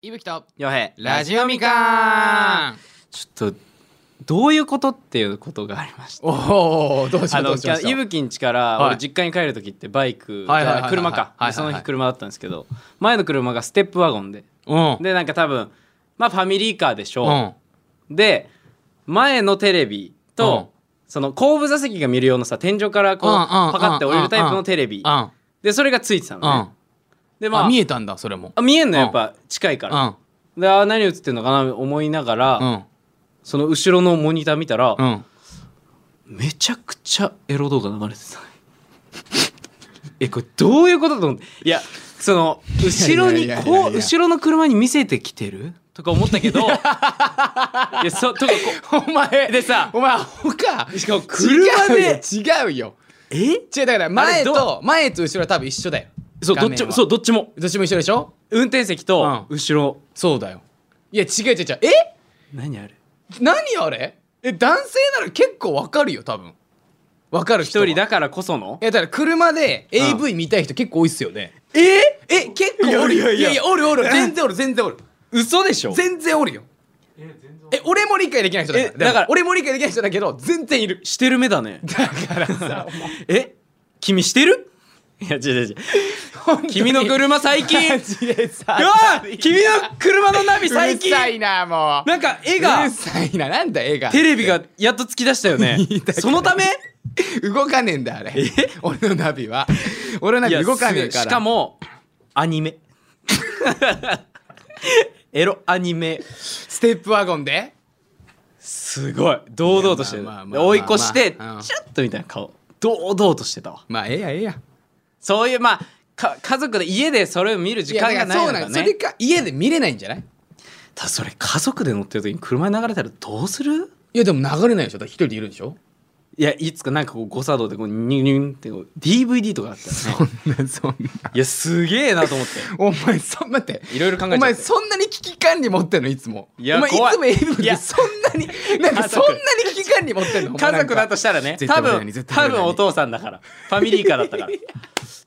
いぶきとよへラジオみかんちょっとどういうことっていうことがありましたおおどうしよあうどのうしよういぶきんちからはい俺実家に帰る時ってバイク、はいはいはいはいあ車か、はいはいはいでその日車だったんですけど前の車がステップワゴンでうんでなんか多分まあファミリーカーでしうょんう、で前のテレビと、その後部座席が見る用のさ天井からこう、うんうんパカって降りるタイプうんうのんテレビ、あでそれがついてたのうんね、でまああ見見ええたんだそれもあ見えんのやっぱ近いから、であー何映ってんのかな思いながら、うんうんその後ろのモニター見たら、うんめちゃくちゃエロ動画流れてた えこれどういうことだと思っていやその後ろいにやいやいやいやこう後ろの車に見せてきてるとか思ったけどいやそとかこお前でさお前アホかしかも車で違うよ違うよえ違うだから前あれどと前と後ろは多分一緒だよそうどっちもそううどっちもどっちも一緒でしょ運転席とう後ろ、そうだよいや違う違う違うえ何あれ何あれえ男性なら結構わかるよ多分わかる人一は人だからこそのいやだから車でん AV 見たい人結構多いっすよねええ結構おるいやよいやいやおるおる全然おる全然おる嘘でしょ全然おるよえ俺も理解できない人だえだから俺も理解できない人だけど全然いるしてる目 だねだからさえ君してるいや違う違う違う君の車 最近でさうわ君の車のナビう最るさ近いなもうなんか絵がうるさいななんだ絵がテレビがやっと突き出したよ ねだからそのため動かねえんだあれ俺のナビは俺のナビ動かねえいやかすごらいしかもア ニメエロアニメステップワゴンですごい堂々としてるいやまあまあまあまあ追い越してちうょんっとみたいな顔堂々としてたわまあええやええやそういうまあか家族で家でそれを見る時間がないのいやだからかそうなんそれねか家で見れないんじゃないただそれ家族で乗ってる時に車に流れたらどうするいやでも流れないでしょだって一人でいるんでしょいやいつかなんかこう誤作動でこうニュニュンってこう DVD とかあったらねそんなそんないやすげえなと思ってお前そん待っていろいろ考えちゃおって前そんなに危機管理持ってんのいつもいやお前い怖いつも AV いでやそんなになんか家そん族なに危機管理持ってんのお前な家ん族かだとしたらね絶対多無理だね分絶対無多理だね分お父さんだからファミリーカーだったから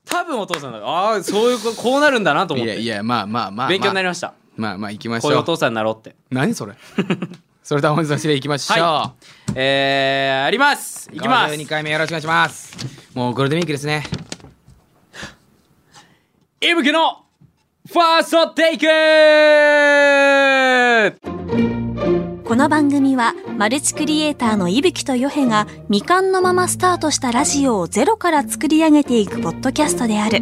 多分お父さんだからああーそういうここうなるんだなと思っいてやいやまあまあまあ勉強になりまました、あまあまあ行きましこういうょおう父さんになろうって何 それそれでは本日の指令行きましょう、はえー、ありますいきま2す回目よろしくお願いしますもうゴールデンウィークですねいぶきのファーストテイクこの番組はマルチクリエイターの伊吹とヨヘが未完のままスタートしたラジオをゼロから作り上げていくポッドキャストである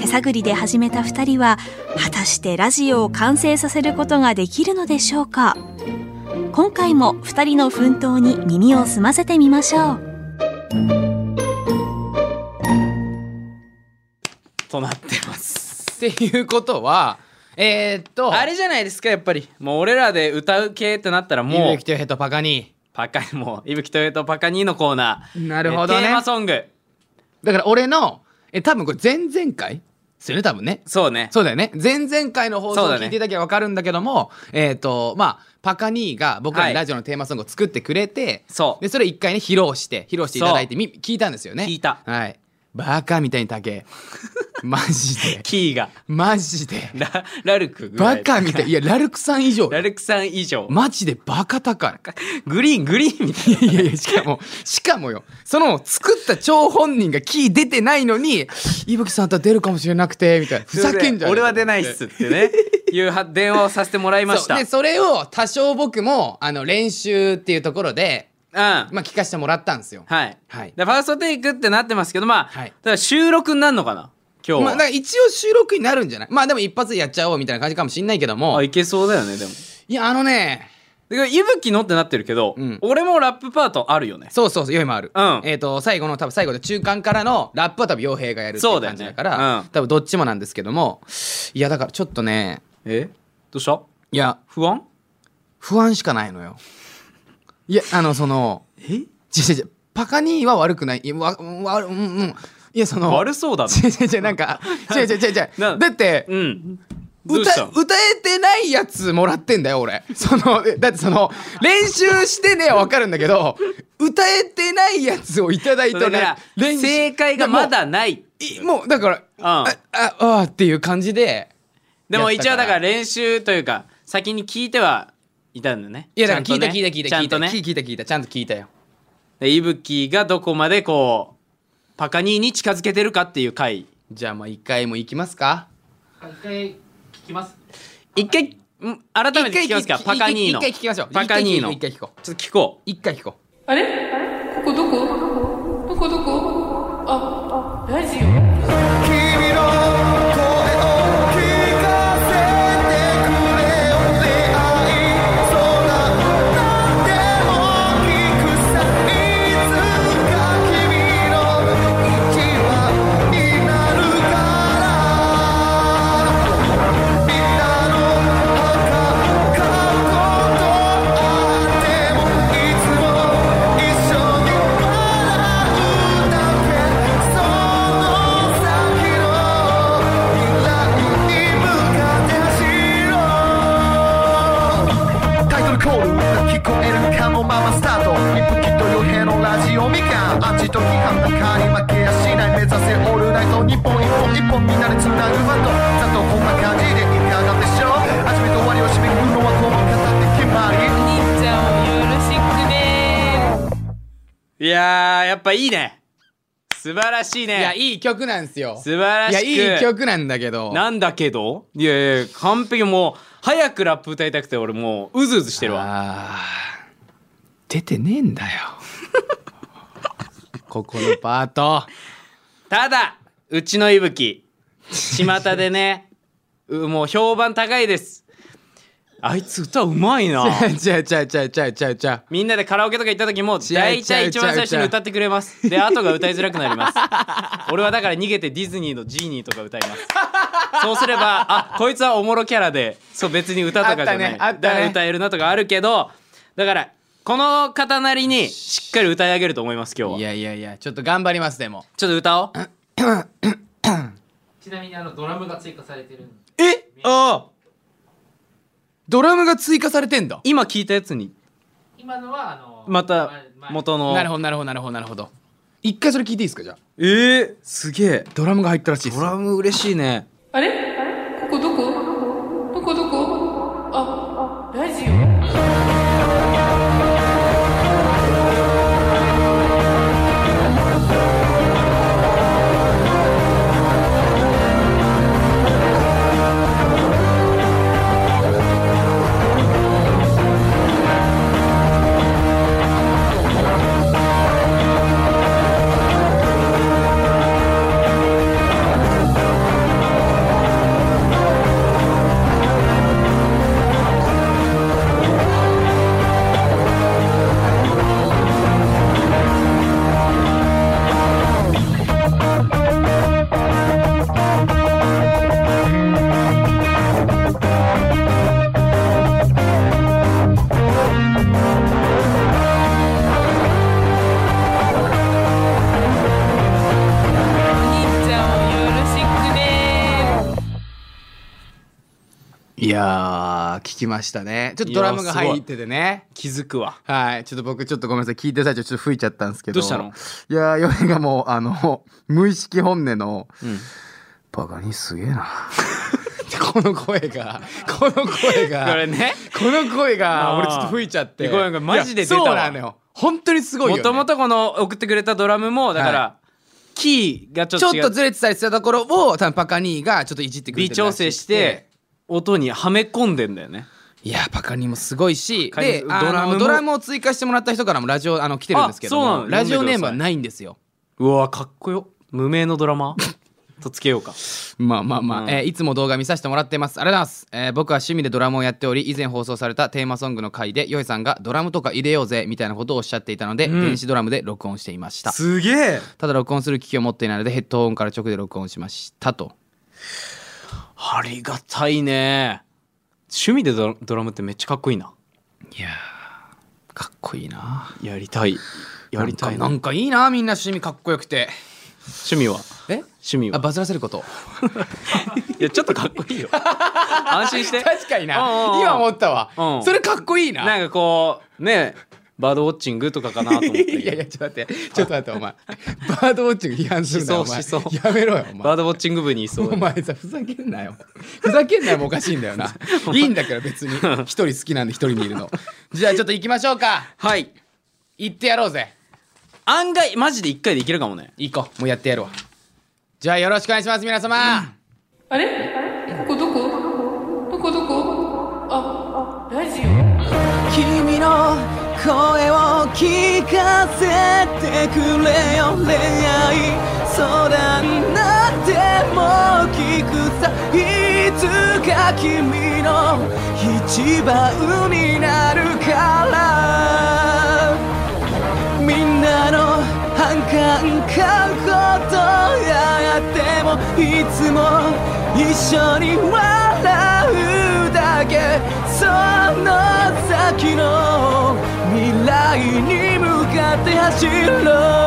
手探りで始めた2人は果たしてラジオを完成させることができるのでしょうか今回も2人の奮闘に耳を澄ませてみましょうとなってますっていうことはえー、っとあれじゃないですかやっぱりもう俺らで歌う系ってなったらももううきとヘッドパカにパカ もういぶきというとパカ2のコーナーなるほどねえーテーマソングだから俺のえ多分これ前々回ですよね多分ねそうねそうだよね前々回の放送そうをだね聞いていただけば分かるんだけども、えっ、とまあパカ兄が僕らはいにラジオのテーマソングを作ってくれて、そうでそれ一回ね披露して披露していただいてそみ聞いたんですよね聞いたはいバカみたいに 竹マジでキーがマジでララルクぐらバいカみたいいやラルクさん以上ラルクさん以上マジでバカ高いグリーングリーンみたいないやいやしかもしかもよその作った張本人がキー出てないのに「伊吹さんとは出るかもしれなくて」みたいなふざけんじゃねえ俺は出ないっすって ねいうは電話をさせてもらいましそうたうでそれを多少僕もあの練習っていうところで、んはいまあ、聞かせてもらったんですよ。はいでファーストテイクってなってますけどまあ、はいただ収録になるのかな今日まあ、は、だから一応収録になるんじゃないまあでも一発でやっちゃおうみたいな感じかもしんないけどもあいけそうだよねでもいやあのねでいぶきのってなってるけど、うん俺もラップパートあるよねそうそうそう良いもある、うんえっ、と最後の多分最後の中間からのラップは多分傭兵がやるってそいううだよ感ねじだからうん多分どっちもなんですけどもいやだからちょっとねえどうしたいや不安不安しかないのよいやあのそのえ違う違うパカ兄は悪くないいやわわうんうんいやその悪そ うだな違う違う違うなんか違う違う違う違う なだってうんどうし歌た歌えてないやつもらってんだよ 俺そのえだってその練習してねわかるんだけど歌えてないやつをいただいそてれかねら練習正解がまだないいもうだから、あああっていう感じででも一応だからい練習というか先に聞いてはいたんだねやだからちゃ聞んいとたね聞いた聞いたちゃ聞んいたとね聞いた聞いたちゃんと聞いたよでいぶきがどこまでこうパカニーに近づけてるかっていう回じゃあまあ一回も行きますか一回聞きます一回ん改めて聞きますか一パ回カニーの一回聞きましょうパカニーの一ちょ回聞こうっと聞こう一回聞こうあれここどこどこどこ Oh. あラジオタイトルコールが聞こえるかのままスタート一きと傭兵のラジオみかんアンチと批判の中に負けやしない目指せオールナイト日本一本一本みんなでつなぐバンドざっとこんな感じでいかがでしょう初めと終わりを締めくくるのはこの方って決まりお兄ちゃんをよろしくねいやーやっぱいいね素晴らしいねいやいい曲なんですよ素晴らしくいやいい曲なんだけどなんだけどいやいや完璧もう早くラップ歌いたくて俺もううずうずしてるわあー出てねえんだよ ここのパートただうちのいぶき巷でねうもう評判高いですあいつ歌うま いな ちゃうちゃうちゃうちゃうちゃうちゃうみんなでカラオケとか行った時も違う違う大体一番最初に歌ってくれますで後が歌いづらくなります 俺はだから逃げてディズニーのジーニーとか歌いますそうすればあこいつはおもろキャラでそう別に歌とかじゃない、あったねあったねだから歌えるなとかあるけどだからこの方なりにしっかり歌い上げると思います今い日はやいやいやちょっと頑張りますでもちょっと 歌おうちなみにあのドラムが追加されてるんでえああドラムが追加されてんだ今聞いたやつに今のはあのまた前元のなるほどなるほどなるほどなるほど一回それ聞いていいですかじゃあえー、すげえドラムが入ったらしいですドラム嬉しいねあれここどこどこどこあラジオお兄ちゃんをよろしくねいやー聞きましたねちょっとドラムが入っててね気づくわはいちょっと僕ちょっとごめんなさい聞いてる最中ちょっと吹いちゃったんですけどどうしたのいやー嫁がもうあの 無意識本音の、んバカにすげえ なこの声がこの声が これねこの声があー俺ちょっと吹いちゃってごめんごめんマジで出たわいやそうなのよ本当にすごいよ、もね、ともとこの送ってくれたドラムもだから、はキーがちょっちょっと違うとずれてたりしたところを多分パカ兄がちょっといじってくれて微る調らく整して音にはめ込んでんだよねいやパカニもすごいしパカニでドあのドララムもムを追加してもらった人からもラジオあの来てるんですけどあそうなものラジオネーム読んでくだはさいないんですようわかっこよ無名のドラマー とつけようかまあまあまあ、うんえーいつも動画見させてもらってますありがとうございます、えー僕は趣味でドラムをやっており以前放送されたテーマソングの回でヨイさんがドラムとか入れようぜみたいなことをおっしゃっていたので、うん電子ドラムで録音していましたすげえただ録音する機器を持っていないのでヘッドホンから直で録音しましたとありがたいね趣味でドラドラムってめっちゃかっこいいないやーかっこいいなやりたいやりたいななんかなんかいいなみんな趣味かっこよくて趣味はえ趣味あはバズらせること いやちょっとかっこいい よ安心して確かになうんうんう ん今思ったわうんそれかっこいいななんかこうねバードウォッチングとかかなと思って いやいやちょっと待ってちょっと待 ってお前バードウォッチング批判するなお前しそうしそうやめろよおバー前ドウォッチング部にいそうお前さふざけんなよふざけんなよもうおかしいんだよないいんだから別に一人好きなんで一人にいるのじゃあちょっと行きましょうかはい行ってやろうぜ案外マジで1回でいけるかもね行こうもうやってやるわじゃあよろしくお願いします皆様、あれここどこどこどこあ、ラジオ君の声を聞かせてくれよ恋愛相談なんてもう聞くさいつか君の一番になるからみんなの反感買うことやってもいつも一緒に笑うだけその先の未来に向かって走ろう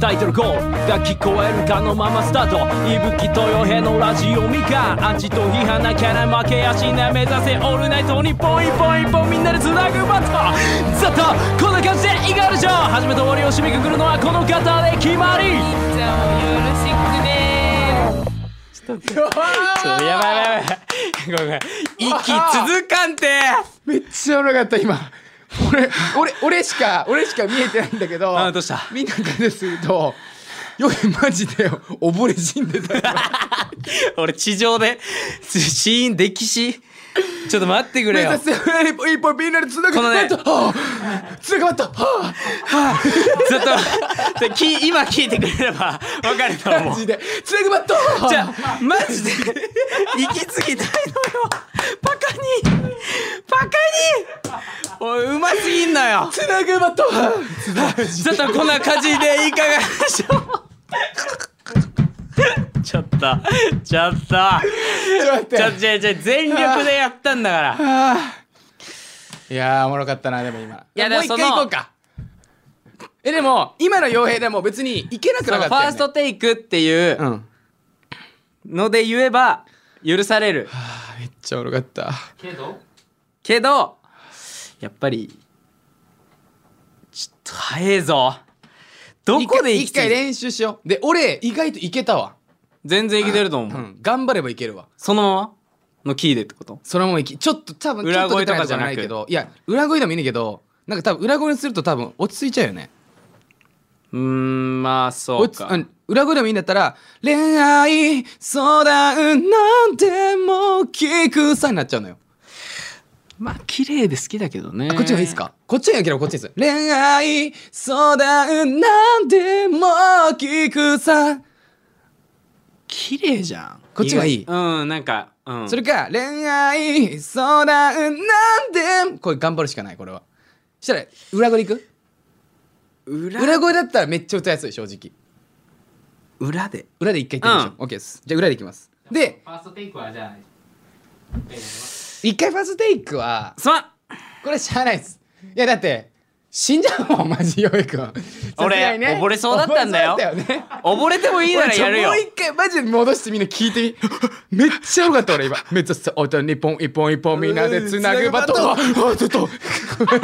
タイトルゴールが聞こえるかのままスタート伊吹豊平のラジオミカアンチと批判なキャラ負けやしない目指せオールナイト日本一本一本みんなでつなぐバトルざっとこんな感じでいかがでしょう始めと終わりを締めくくるのはこの方で決まりちょっとやばいやばいやばいごめんごめん息続かんてめっちゃおもろかった今俺俺俺しか俺しか見えてないんだけどあどうしたみんなからするとよくマジで溺れ死んでたよ 俺地上でシーン歴史ちょっと待って目くれ よ指せ一歩みんなでつながこのねったはあつながったはずっとでき今聞いてくれれば分かるとあ思マうジでつながったはあじゃあマジで行き過ぎたいのよバカにバカにおいうますぎんのよつながったはあちょっとこんな感じでいかがでしょう ちょっとちょっとちょっと待ってちょっとちょっと全力でやったんだからいやーおもろかったなでも今いやでもうも一そ回の行こうかえでも今の傭兵でも別に行けなくそなのかフったよ、ね、ァーストテイクっていううんので言えば許されるめっちゃおもろかったけどやっぱりちょっと早えぞどこで生一きて回る練習しようで俺意外といけたわ全然生きてると思う、うん頑張ればいけるわそのままのキーでってことそのままいきちょっと多分裏声とかちょっ出てないじゃなくけどいや裏声でもいいんだけどなんか多分裏声にすると多分落ち着いちゃうよねうーんまあそう落ちかうん裏声でもいいんだったら「恋愛相談なんてもう聞くさ」になっちゃうのよまあ綺麗で好きだけどねあこっちがいいですかこっちがいいけどこっちです恋愛相談なんてもう聞くさ綺麗じゃんこっちがいいうんなんかうんそれか恋愛相談なんてこれ頑張るしかないこれはしたら裏声でいく裏裏声だったらめっちゃ歌いやすい正直裏で裏で一回言ってみましょう、オッケーですじゃあ裏でいきますでファーストテイクはじゃあ一回ファーストテイクはすまんこれしゃあないですいやだって死んじゃうもんマジよいくん 俺溺れそうだったんだよ溺れそうだったよね溺れてもいいならやるよ俺ちょもう一回マジで戻してみんな聞いてみ めっちゃよかった俺今めっちゃさ音日本一本一本みんなでつなぐバトンああちょっとマジで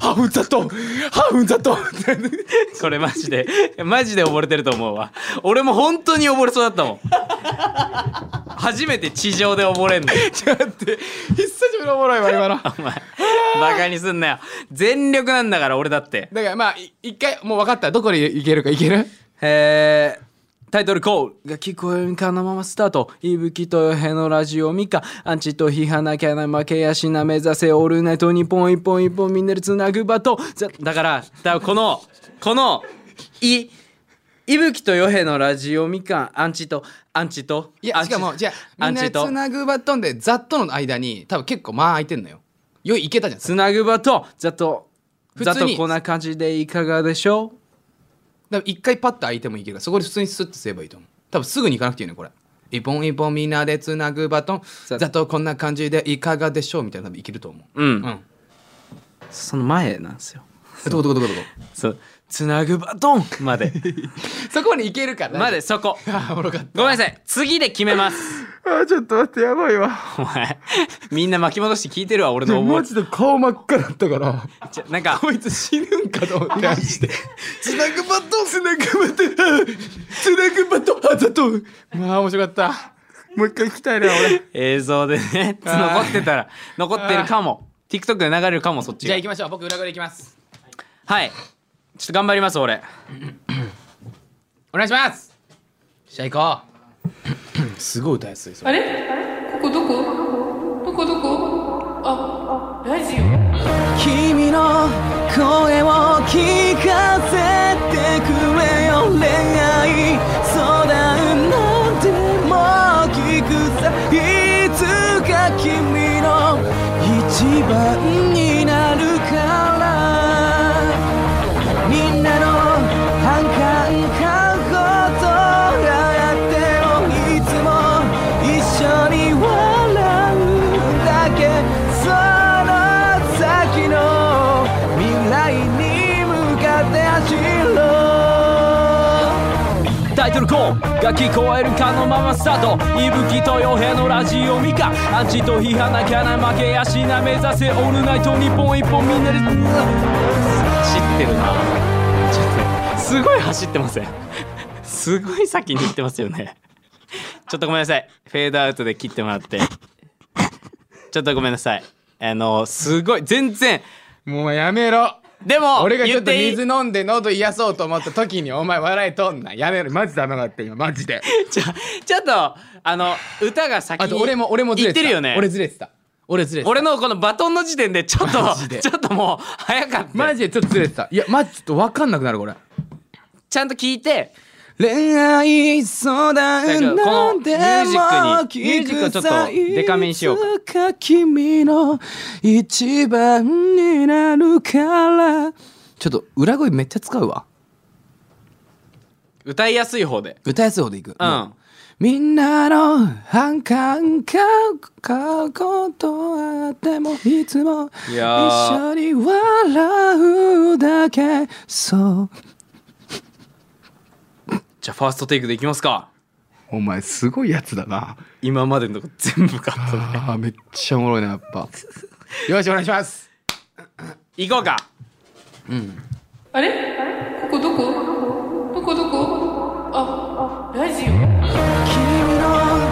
ハーフンザトンハーフンザトン これマジでマジで溺れてると思うわ俺も本当に溺れそうだったもん初めて地上で溺れんのちょっと待って久しぶりのおもろいわ今のお前バカにすんなよ全力なんだから俺だってだからまあい一回もう分かったどこでいけるかいけるえー、タイトルコールが聞こえるかのままスタートいぶきとよへのラジオミカアンチと批判なきゃな負けやしな目指せオールナイト日本一本一本みんなでつなぐバトンざだからだこのこのいいぶきとよへのラジオミカアンチとアンチといやしかもじゃあアみんなンチでとつなぐバトンでざっとの間に多分結構間空いてんのよよいいけたじゃんつなぐバトンざっと普ざっ通とにこんな感じでいかがでしょうだから一回パッと空いてもいいけるからそこで普通にスッとすればいいと思う多分すぐに行かなくていいのよこれ一本一本みんなでつなぐバトンさざっとこんな感じでいかがでしょうみたいな多分いけると思ううんうんその前なんですよどこどこどこどこそうつなぐバトンまでそこに行けるからまでそこ あーおもろかったごめんなさい次で決めます あーちょっと待ってやばいわお前 みんな巻き戻して聞いてるわ俺の思いで顔真っ赤だったからちょなんかこいつ死ぬんかと思ってマジでつなぐバトンつなぐバトンつなぐバトンあざとまあ面白かったもう一回聞きたいな俺映像でね残ってたら残ってるかも TikTok で流れるかもそっじちゃがあ行きましょう僕裏側行きますはいちょっと頑張ります俺お願いしますじゃあ行こうすごい歌いやすいそ あれここどこどこどこあ、あラジオ君の声を聞かせてくれよ恋愛相談なんてもう聞くさいつか君の一番になるからみんなの反感感想と笑ってもいつも一緒に笑うんだけその先の未来に向かって走ろうタイトルコールが聞こえるかのままスタート伊吹と洋平のラジオミカアンチと批判なきゃない負けやしな目指せオールナイト日本一本みんなでうわ走ってるなちょっとすごい走ってませんすごい先に行ってますよねちょっとごめんなさいフェードアウトで切ってもらってちょっとごめんなさいあのすごい全然うもうやめろでも俺がちょっと言ていい水飲んで喉癒そうと思った時にお前笑いとんなやめろマジダメだって今マジでちょちょっとあの歌が先にあと俺も俺もず言れっててたるよね俺ずれてた俺ずれてた 俺のこのバトンの時点でちょっとマジでちょっともう早かったマジでちょっとずれてたいやマジちょっと分かんなくなるこれちゃんと聞いて恋愛相談なんてもうミュージッ聞クにミュージックをくちょっさとデカめにしようかいつか君の一番になるからちょっと裏声めっちゃ使うわ歌いやすい方で歌いやすい方でいくうん、みんなの反感か過去とあってもいつもい一やー緒に笑うだけそうじゃあファーストテイクでいきますかお前すごいやつだな今までのとこ全部カットであーめっちゃおもろいなやっぱよしお願いしますいこうかあれここどこどこどこあ、あラジオ君の声を聞かせてく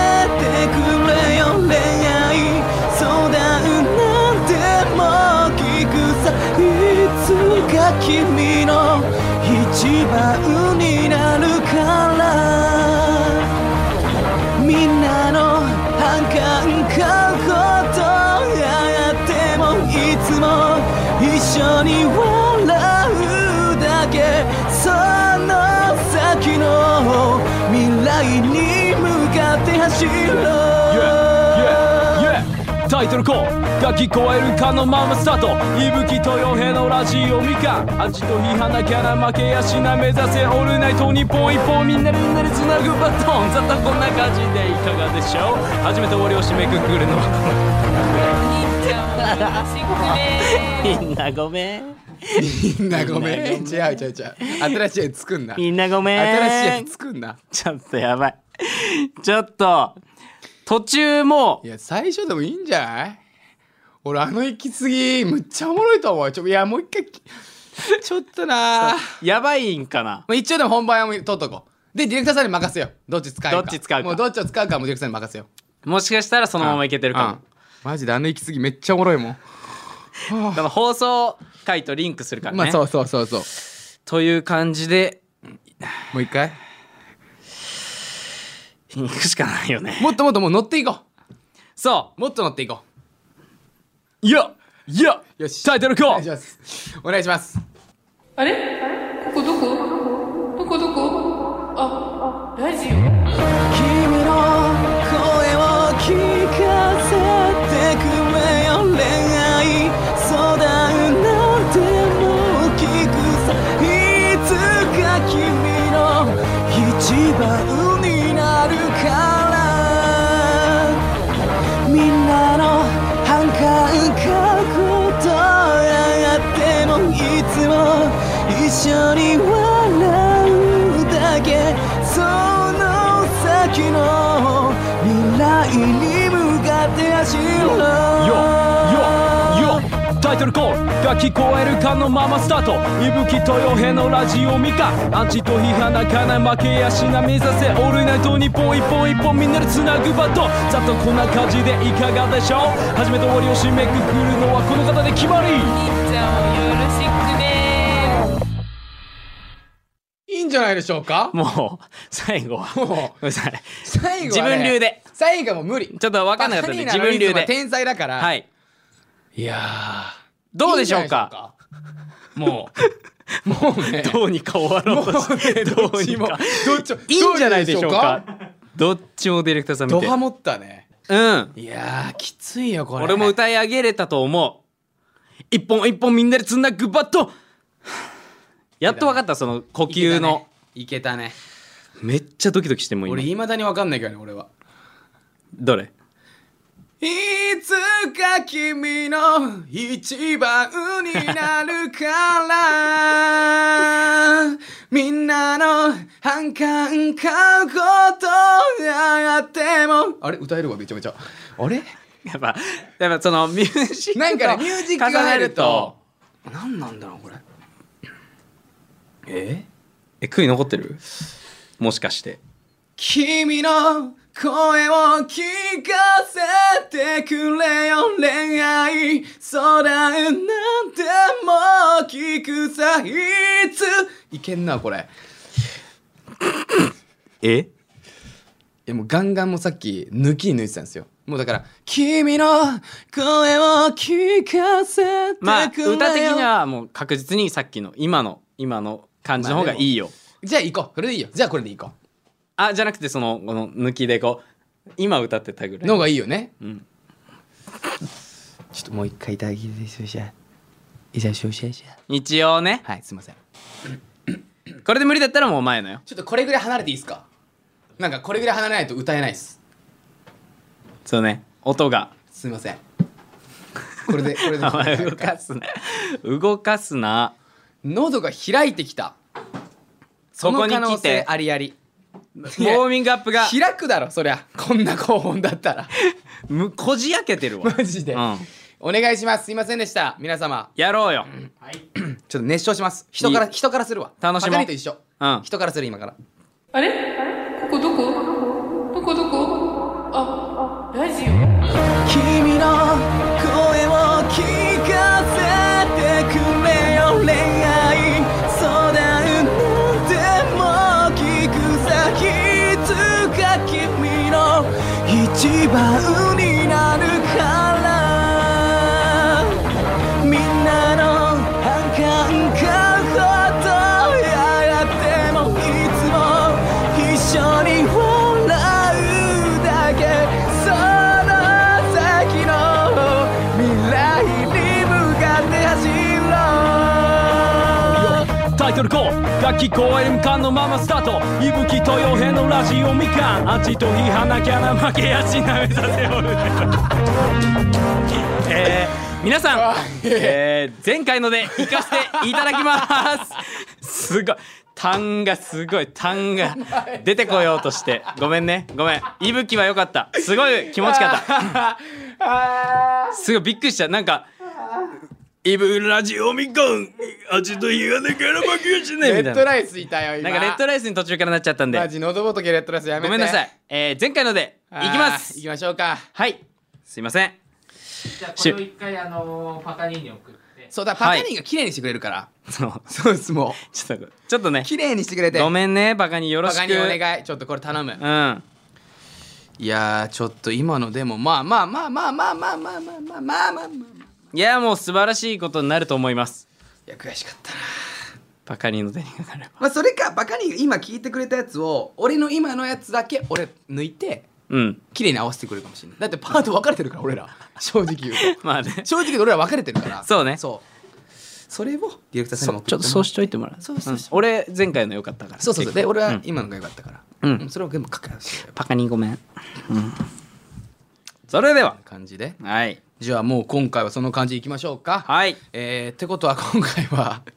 れよ恋愛相談なんてもう聞くさいつか君の一番になるからみんなの反感過去とやってもいつも一緒に笑うだけその先の未来に向かって走ろうタイトルコールが聞こえるかのままスタート伊吹と洋平のラジオみかん味と批判なきゃな負けやしな目指せオールナイト日本一本みんなみんなでつなぐバトンざっとこんな感じでいかがでしょう初めて終わりを締めくくるのはみんなごめんみんなごめん違う違う違う新しいやつ作んなみんなごめん新しいやつ作んなちょっとやばいちょっと途中もいや最初でもいいんじゃない俺あの行き過ぎむっちゃおもろいと思うちょいやもう一回きちょっとなやばいんかなもう一応でも本番はもう取っとこうでディレクターさんに任せようどっち使うかどっち使うかもうどっちを使うかはもうディレクターさんに任せようもしかしたらそのままいけてるかも、うんマジであの行き過ぎめっちゃおもろいもんだから放送回とリンクするからね、まあそうそうそうそうという感じでもう一回行くしかないよねもっともっともう乗っていこそうもっと乗っていこういやいやうよしタイトルコールお願いしますお願いしますあれここどこどこどこあ、あラジオ君の声を聞かせてくれよ恋愛相談なんてもう聞くさいつか君の一番になるからみんなの反感覚とやっても緒に笑うだけその先の未来に向かって走ろうよよタイトルコールが聞こえるかのままスタート伊吹と洋平のラジオミカアンチと批判泣かない負けやしな目指せオールナイト日本一本一本みんなでつなぐバトンざっとこんな感じでいかがでしょう初めと終わりを締めくくるのはこの方で決まりいいんじゃないでしょうかもう最後はごめもんなさい最後はね自分流で最後も無理ちょっと分かんなかったんで自パニ分流ーナのリズムはで天才だから、、はいいやーどうでしょうかいいんじゃないでしょうかも うもうねどうにか終わろうとしてど どっうちにもかどっちもいいんじゃないでしょうかどっちもディレクターさん見ドてハモったねうんいやーきついよこれ俺も歌い上げれたと思う一本一本みんなでつなぐバットやっと分かったその呼吸のいけたねいけたねめっちゃドキドキしてもう俺今いまだにわかんないけどね俺はどれいつか君の一番になるからみんなの反感買うことがあってもあれ歌えるわめちゃめちゃあれやっぱやっぱそのミュージックなんかねとミュージックが入ると何なんだろうこれええ悔い残ってるもしかして君の声を聞かせてくれよ恋愛相談なんてもう聞くさいついけんなこれええもうガンガンもうさっき抜き抜いてたんですよもうだから「君の声を聞かせてくれよ」まあ歌的にはもう確実にさっきの今の今の感じの方がいいよ、じゃあ行こうこれでいいよじゃあこれで行こあじゃなくてそのこの抜きでこう今歌ってたぐうらいの方がいいよねうんちょっともう一回いただきでしょじゃいざしょじゃ一応ねはいすいませんこれで無理だったらもう前のよちょっとこれぐらい離れていいですかなんかこれぐらい離れないと歌えないですそうね音 がすみませんこれでこれで お前動かすな動かすな喉が開いてきたそここのに可能来て性ありありウォーミングアップが開くだろそりゃこんな高音だったらむこじ開けてる わマジで、うんお願いしますすいませんでした皆様やろうよちょっと熱唱します人からいい人からするわ楽しもうパカリと一緒、うん人からする今からあれあれここどこどこどこあ、あ、ラジオ君の声を聞かせてくれよ恋愛相談なんてもう聞くさいつか君の一番になるからみんなの反感買うことやってもいつも一緒に笑うだけその先の未来に向かって走ろうタイトルコールが聞こえるかのままスタート伊吹と洋平のラジオみかんアンチと批判なきゃな負けやしなめさせおるえー皆さん、えー前回ので行かせていただきますすごい単がすごい単が出てこようとしてごめんねごめん伊吹は良かったすごい気持ちよかったすごいびっくりしたなんかイブラジオミコン味と言わねえから負けやしねえレみたッいなドライスいたよ今なんかレッドライスに途中からなっちゃったんでマジ喉仏レッドライスやめてごめんなさい、えー、前回のでいあーきま行すきましょうかはいすいませんじゃあこれを一回あのーパカニーに送ってそうだパカリンが綺麗にしてくれるから、そのそうですもうちょっとちょっとね綺麗にしてくれてごめんねバカによろバしカくにお願いちょっとこれ頼むうんいやーちょっと今のでもまあまあまあまあまあまあまあまあまあまあまあまあまあいやもう素晴らしいことになると思いますいや悔しかったなバカにの手にかかればまあそれかバカに今聞いてくれたやつを俺の今のやつだけ俺抜いてうん綺麗に合わせてくれるかもしれないだってパート分かれてるから俺ら 正直言うとまあね正直言うと俺ら分かれてるからそうねそうそれをディレクターさんにもそちょっとそうししといてもらうそうそうそ俺前回の良かったからそうそうそうで俺うはん今のが良かったからうんそれを全部書かせてバカにごめん、うん、それでは感じではいじゃあもう今回はその感じいきましょうかはいえー、ってことは今回は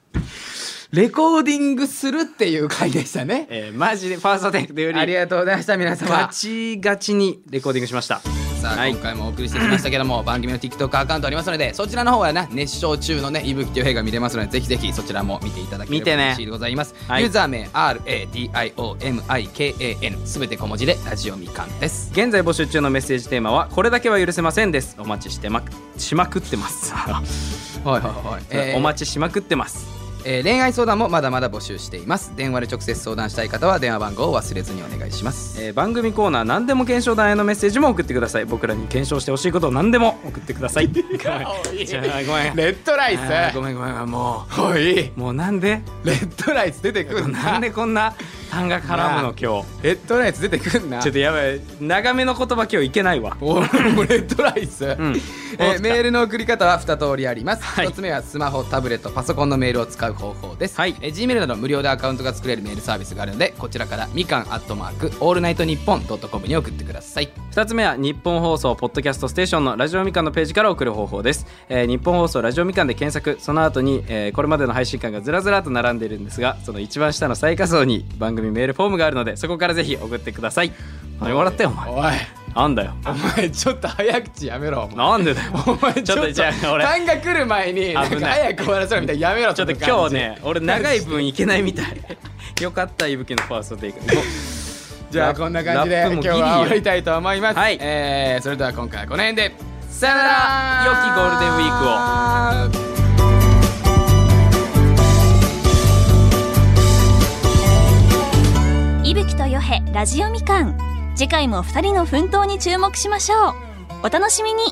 レコーディングするっていう回でしたね。えーマジでファーストテイクでよありりがとうございました皆様ガ。チガチにレコーディングしましたさあ、はい今回もお送りしてきましたけど も番組の TikTok アカウントありますのでそちらの方はね熱唱中のね伊吹という映画見れますのでぜひぜひそちらも見ていただけれ見てばね嬉しいでございます、はいユーザー名 RADIOMIKAN すべて小文字でラジオみかんです現在募集中のメッセージテーマはこれだけは許せませんですお待ちしてまくしまくってますはいはいはい、 えーお待ちしまくってますえー恋愛相談もまだまだ募集しています電話で直接相談したい方は電話番号を忘れずにお願いしますえー番組コーナー何でも検証団へのメッセージも送ってください僕らに検証してほしいことを何でも送ってく ださいじゃあごめレんッドライあーごめんごめんもおいうもうなんでレッドライス出てくんなんでこんな単 が絡むの今日ちょレッドライス出てくんなっとやばい長めの言葉今日いけないわおーレッドライス、んえーメールの送り方は2通りあります、はい1つ目はスマホタブレットパソコンのメールを使う方法です、はいえー Gmail など無料でアカウントが作れるメールサービスがあるのでこちらからみかんアットマークオールナイトニッポンドットコムに送ってください2つ目は日本放送ポッドキャストステーションのラジオみかんのページから送る方法です、えー日本放送ラジオみかんで検索その後に、えーこれまでの配信間がずらずらと並んでいるんですがその一番下の最下層に番組メールフォームがあるのでそこからぜひ送ってください何笑ってんお前いなんだよお前ちょっと早口やめろお前なんでだよ お前 ちちょょっっととじゃあ俺が来る前になん危かない早く終わらせろみたいなやめろちょっと今日ね俺長い分いけないみたい よかったいぶきのファーストテイ クじゃあこんな感じでラップ今日もギリよは終わりたいと思います、はいえーそれでは今回はこの辺でさよなら良きゴールデンウィークをークを伊吹とよへラジオみかん次回も2人の奮闘に注目しましょうお楽しみに